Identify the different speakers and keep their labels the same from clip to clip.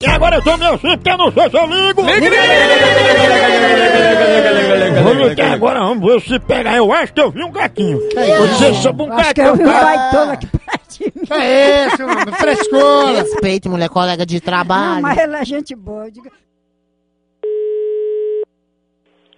Speaker 1: E agora eu tô meio chique, porque eu não sei se eu ligo. Vou ligar agora, vamos ver se pegar. Eu acho que eu vi um gatinho. Você soube um
Speaker 2: Acho que eu vi um
Speaker 1: gatinho. tá?
Speaker 2: baitona aqui perto de mim.
Speaker 3: É isso, mano, frescura.
Speaker 4: Respeite, mulher, colega de
Speaker 2: Não,
Speaker 4: trabalho.
Speaker 2: mas ela é gente boa. Eu digo,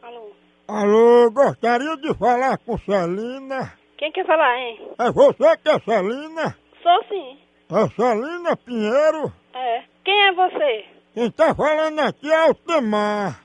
Speaker 5: Alô,
Speaker 1: Alô, gostaria de falar com Celina.
Speaker 5: quem quer falar, hein?
Speaker 1: É você que é Celina?
Speaker 5: Sou sim.
Speaker 1: É Celina Pinheiro?
Speaker 5: É. Quem é você?
Speaker 1: Quem tá falando aqui é Altemar.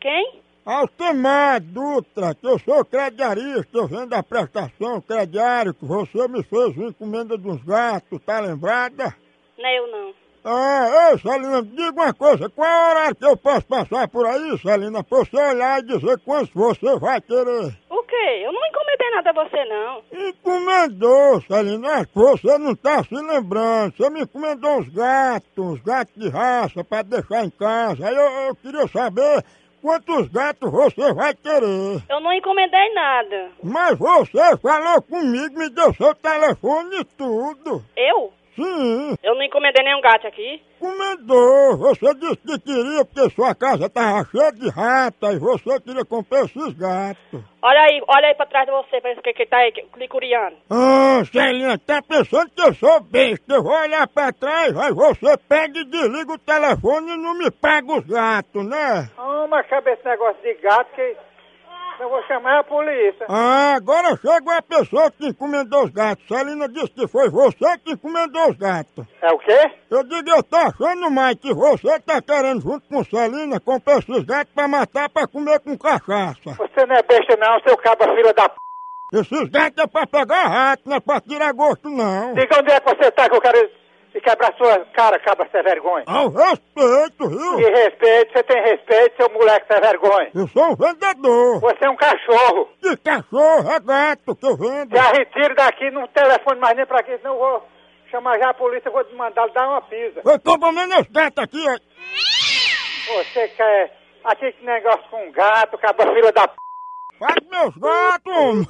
Speaker 5: Quem?
Speaker 1: Altemar Dutra, que eu sou crediarista, eu vendo a prestação crediário, que você me fez uma encomenda de uns gatos, tá lembrada?
Speaker 5: Não é eu não.
Speaker 1: Ah, ô Celina, diga uma coisa, qual é o horário que eu posso passar por aí, Celina, pra você olhar e dizer quantos você vai querer?
Speaker 5: O quê? Eu não encomendei nada a você, não.
Speaker 1: Encomendou, Celina, acho que você não tá se lembrando, você me encomendou uns gatos, uns gatos de raça pra deixar em casa, aí eu, eu queria saber quantos gatos você vai querer.
Speaker 5: Eu não encomendei nada.
Speaker 1: Mas você falou comigo, me deu seu telefone e tudo.
Speaker 5: Eu?
Speaker 1: Sim,
Speaker 5: Eu não encomendei nenhum gato aqui.
Speaker 1: encomendou. Você disse que queria porque sua casa tava cheia de rato e você queria comprar esses gatos.
Speaker 5: Olha aí, olha aí pra trás de você, parece que, que tá aí, que- licuriano.
Speaker 1: Ah, Celinha, tá pensando que eu sou besta. Eu vou olhar pra trás, aí você pega e desliga o telefone e não me paga os gatos, né?
Speaker 3: Ah, mas cabe esse negócio de gato que eu vou chamar a polícia.
Speaker 1: Ah, agora chegou a pessoa que encomendou os gatos. Celina disse que foi você que encomendou os gatos.
Speaker 3: É o quê?
Speaker 1: Eu digo, eu tô achando mais que você tá querendo junto com Celina comprar esses gatos pra matar pra comer com cachaça.
Speaker 3: Você não é besta não, seu caba filha da p.
Speaker 1: Esses gatos é pra pegar rato, não é pra tirar gosto não.
Speaker 3: Diga onde é que você tá que eu quero te quebrar sua cara, caba sem vergonha.
Speaker 1: Ao respeito,
Speaker 3: Que
Speaker 1: viu?
Speaker 3: respeito, você tem respeito, seu moleque sem vergonha.
Speaker 1: Eu sou um vendedor.
Speaker 3: Você é um cachorro.
Speaker 1: De cachorro é gato que eu vendo.
Speaker 3: Já retiro daqui, não telefone mais nem pra aqui, senão eu vou chamar já a polícia, eu vou te mandar dar uma pisa.
Speaker 1: Eu tô comendo os gatos aqui, ó.
Speaker 3: Você quer aqui que negócio com gato, caba filha da p.
Speaker 1: Faz meus gatos, homem.